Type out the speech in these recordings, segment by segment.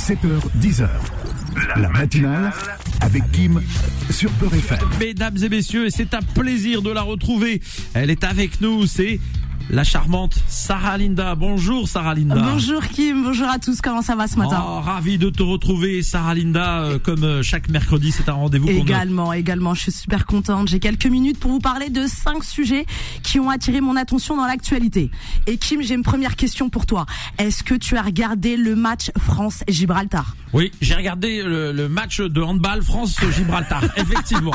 7h, 10h. La matinale avec Kim sur Peur FM. Mesdames et messieurs, et c'est un plaisir de la retrouver. Elle est avec nous, c'est la charmante Sarah Linda. Bonjour Sarah Linda. Bonjour Kim, bonjour à tous, comment ça va ce matin Oh, ravi de te retrouver Sarah Linda, euh, comme euh, chaque mercredi, c'est un rendez-vous qu'on a. Également, également, je suis super contente. J'ai quelques minutes pour vous parler de cinq sujets qui ont attiré mon attention dans l'actualité. Et Kim, j'ai une première question pour toi. Est-ce que tu as regardé le match France-Gibraltar Oui, j'ai regardé le, le match de handball France-Gibraltar, effectivement.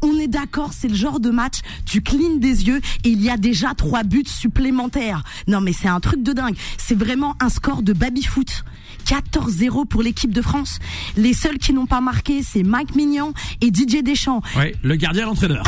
On est d'accord, c'est le genre de match, tu clignes des yeux et il y a déjà trois buts supplémentaires. Non mais c'est un truc de dingue. C'est vraiment un score de baby-foot. 14-0 pour l'équipe de France. Les seuls qui n'ont pas marqué, c'est Mike Mignan et Didier Deschamps. Oui, le gardien l'entraîneur.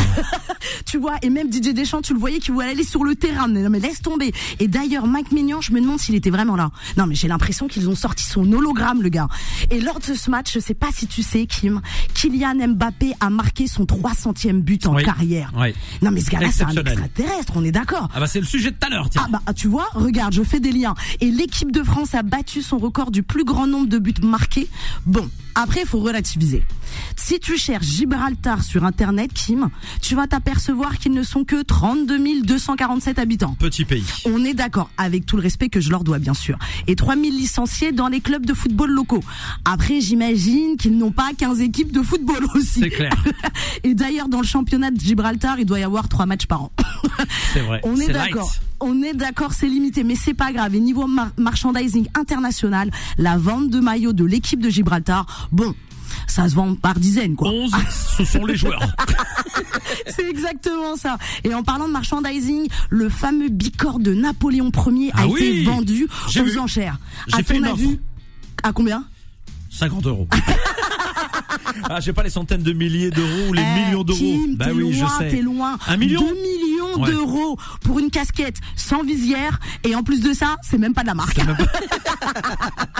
tu vois, et même Didier Deschamps, tu le voyais qui voulait aller sur le terrain. Mais, non, mais laisse tomber. Et d'ailleurs, Mike Mignan, je me demande s'il était vraiment là. Non, mais j'ai l'impression qu'ils ont sorti son hologramme, le gars. Et lors de ce match, je sais pas si tu sais, Kim, Kylian Mbappé a marqué son 300e but en Oui. carrière. Oui. Non, mais ce gars-là, c'est un Exceptionnel. extraterrestre, on est d'accord. Ah bah c'est le sujet de tout à l'heure, tiens. Ah bah tu vois, regarde, je fais des liens. Et l'équipe de France a battu son record du plus grand nombre de buts marqués. Bon, après il faut relativiser. Si tu cherches Gibraltar sur internet, Kim, tu vas t'apercevoir qu'ils ne sont que 32 247 habitants. Petit pays. On est d'accord, avec tout le respect que je leur dois bien sûr. Et 3000 licenciés dans les clubs de football locaux. Après j'imagine qu'ils n'ont pas 15 équipes de football aussi. C'est clair. Et d'ailleurs dans le championnat de Gibraltar, il doit y avoir 3 matchs par an. C'est vrai. On est, C'est light. d'accord. On est d'accord, c'est limité, mais c'est pas grave. Et niveau mar- merchandising international, la vente de maillots de l'équipe de Gibraltar, bon, ça se vend par dizaines, quoi. 11, ce sont les joueurs. C'est exactement ça. Et en parlant de merchandising, le fameux bicorps de Napoléon Ier a Ah été oui vendu J'ai aux vu. enchères. J'ai à fait ton une avis, offre. à combien 50 euros. Ah, j'ai pas les centaines de milliers d'euros ou les Eh, millions d'euros. Kim, Bah t'es oui, loin, je sais. T'es loin. Un million 2 millions Ouais. d'euros pour une casquette sans visière. Et en plus de ça, c'est même pas de la marque.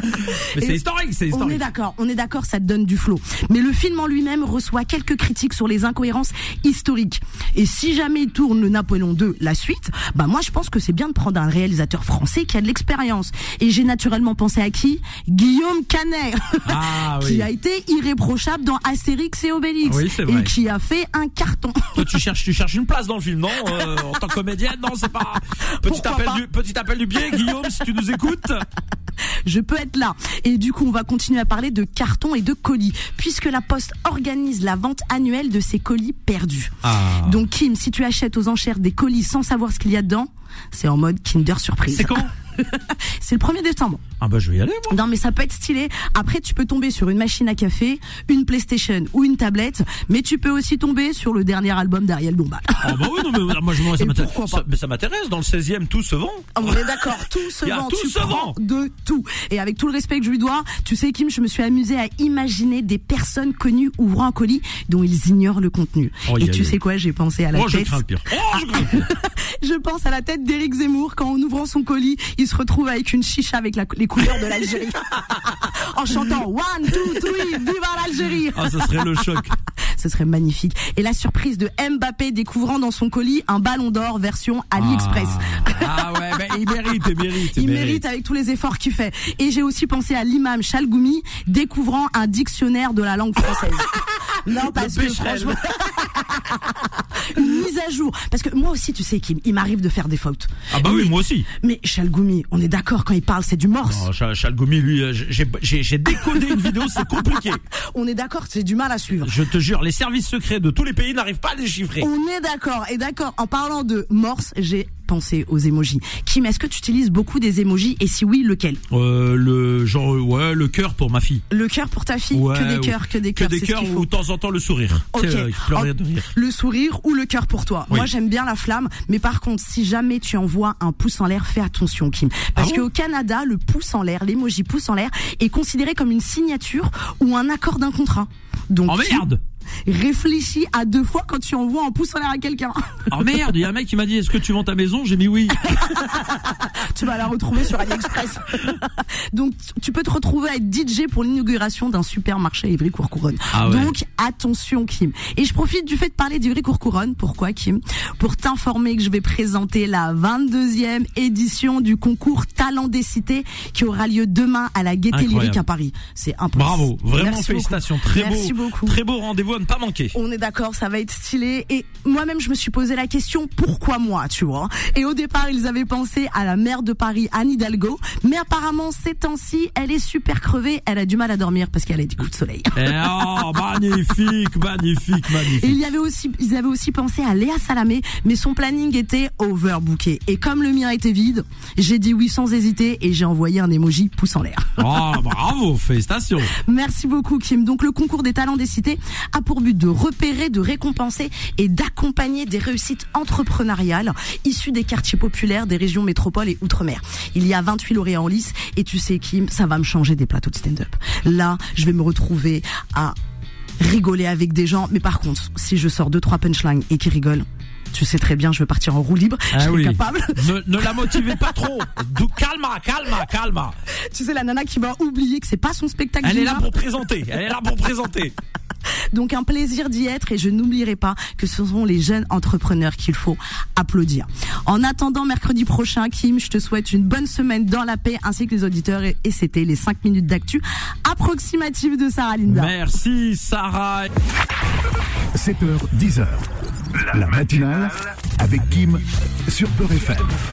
Mais c'est Et- historique, c'est On est historique. d'accord, on est d'accord, ça te donne du flot. Mais le film en lui-même reçoit quelques critiques sur les incohérences historiques. Et si jamais il tourne le Napoléon II, la suite, bah moi je pense que c'est bien de prendre un réalisateur français qui a de l'expérience. Et j'ai naturellement pensé à qui Guillaume Canet, Ah oui. qui a été irréprochable dans Astérix et Obélix Oui, c'est vrai. et qui a fait un carton. Toi, tu cherches, tu cherches une place dans le film, non Euh, En tant que comédienne, non, c'est pas. Petit Pourquoi appel, pas du, petit appel du biais, Guillaume, si tu nous écoutes. je peux être là. Et du coup, on va continuer à parler de cartons et de colis, puisque la Poste organise la vente annuelle de ces colis perdus. Ah. Donc Kim, si tu achètes aux enchères des colis sans savoir ce qu'il y a dedans, c'est en mode Kinder Surprise. C'est quand C'est le 1er décembre. Ah bah je vais y aller, moi. Non mais ça peut être stylé. Après tu peux tomber sur une machine à café, une PlayStation ou une tablette, mais tu peux aussi tomber sur le dernier album d'Ariel Dombal. Ah bah oui, non, mais moi, je, moi, ça Et m'intéresse. pourquoi pas Ça- Mais ça m'intéresse, dans le 16 e tout se vend. On est d'accord, tout se Il y a vend, tout tu se prends vend. de tout. Et avec tout le respect que je lui dois, tu sais Kim, je me suis amusée à imaginer des personnes connues ouvrant un colis dont ils ignorent le contenu. Oh, y Et a tu eu. sais quoi, j'ai pensé à la Oh, je tête. crains le pire. Oh, je crains le pire. Je pense à la tête d'Éric Zemmour quand en ouvrant son colis, il se retrouve avec une chicha avec la- les couleurs de l'Algérie. en chantant One, two, three, vive l'Algérie Ah, ce serait le choc. Ce serait magnifique. Et la surprise de Mbappé découvrant dans son colis un ballon d'or version AliExpress. Ah, ah ouais, mais il mérite, il mérite. Il mérite avec tous les efforts qu'il fait. Et j'ai aussi pensé à l'imam Chalgoumi découvrant un dictionnaire de la langue française. Non, parce que Becherel. franchement, une mise à jour. Parce que moi aussi, tu sais, Kim, il m'arrive de faire des fautes. Ah bah oui, moi aussi. Mais Chalgoumi, on est d'accord, quand il parle, c'est du morse. Oh, Chal- Chalgoumi, lui, euh, j'ai- j'ai j'ai décodé une vidéo, c'est compliqué. On est d'accord, j'ai du mal à suivre. Je te jure, les services secrets de tous les pays n'arrivent pas à déchiffrer. On est d'accord, et d'accord, en parlant de morse, j'ai pensé aux émojis. Kim, est-ce que tu utilises beaucoup des émojis Et si oui, lequel Euh, le genre, ouais, le cœur pour ma fille. Le cœur pour ta fille Ouais, Que des ou- cœurs, que des que cœurs, des c'est ce cœurs qu'il ou faut. de temps en temps le sourire. Ok. Tu sais, euh, pleurer de rire. Le sourire ou le cœur pour toi. Oui. Moi, j'aime bien la flamme, mais par contre, si jamais tu envoies un pouce en l'air, fais attention, Kim. Parce Ah bon qu'au Canada, le pouce en l'air, l'emoji pouce en l'air, est considéré comme une signature ou un accord d'un contrat. Donc, Oh Kim- merde réfléchis à deux fois quand tu envoies un pouce en l'air à quelqu'un. Oh merde, il y a un mec qui m'a dit Est-ce que tu vends ta maison J'ai mis oui. tu vas la retrouver sur AliExpress. Donc tu peux te retrouver à être DJ pour l'inauguration d'un supermarché à Ivry-Courcouronne. Ah ouais. Donc attention Kim. Et je profite du fait de parler d'Ivry-Courcouronne. Pourquoi Kim Pour t'informer que je vais présenter la 22e édition du concours Talent des cités qui aura lieu demain à la Gaîté Incroyable. Lyrique à Paris. C'est impressionnant. Bravo, vraiment Merci félicitations. beaucoup. Très Merci beau, beaucoup. très beau rendez-vous à ne pas manquer. On est d'accord, ça va être stylé. Et moi-même, je me suis posé la question, pourquoi moi, tu vois Et au départ, ils avaient pensé à la maire de Paris, Anne Hidalgo. Mais apparemment, ces temps-ci, elle est super crevée. Elle a du mal à dormir parce qu'elle a des coups de soleil. Eh, oh, magnifique, magnifique, Et il magnifique. y avait aussi, ils avaient aussi pensé à Léa Salamé, mais son planning était overbooké. Et comme le mien était vide, j'ai dit oui sans hésiter et j'ai envoyé un emoji pouce en l'air. Oh, bravo, félicitations. Merci beaucoup Kim. Donc le concours des talents des cités a pour but de repérer, de récompenser et d'accompagner des réussites entrepreneuriales issues des quartiers populaires, des régions métropoles et outre-mer. Il y a 28 lauréats en lice et tu sais Kim, ça va me changer des plateaux de stand-up. Là, je vais me retrouver à rigoler avec des gens, mais par contre, si je sors deux trois punchlines et qu'ils rigolent, tu sais très bien, je vais partir en roue libre, Ah je suis oui. capable. Ne, ne la motivez pas trop. Dou- calma, calma, calma. Tu sais la nana qui va oublier que c'est pas son spectacle. Elle est du là soir. pour présenter. Elle est là pour présenter. Donc un plaisir d'y être et je n'oublierai pas que ce sont les jeunes entrepreneurs qu'il faut applaudir. En attendant mercredi prochain, Kim, je te souhaite une bonne semaine dans la paix ainsi que les auditeurs et, et c'était les 5 minutes d'actu approximatives de Sarah Linda. Merci, Sarah. 7h, 10h. La matinale avec Kim sur Peur FM.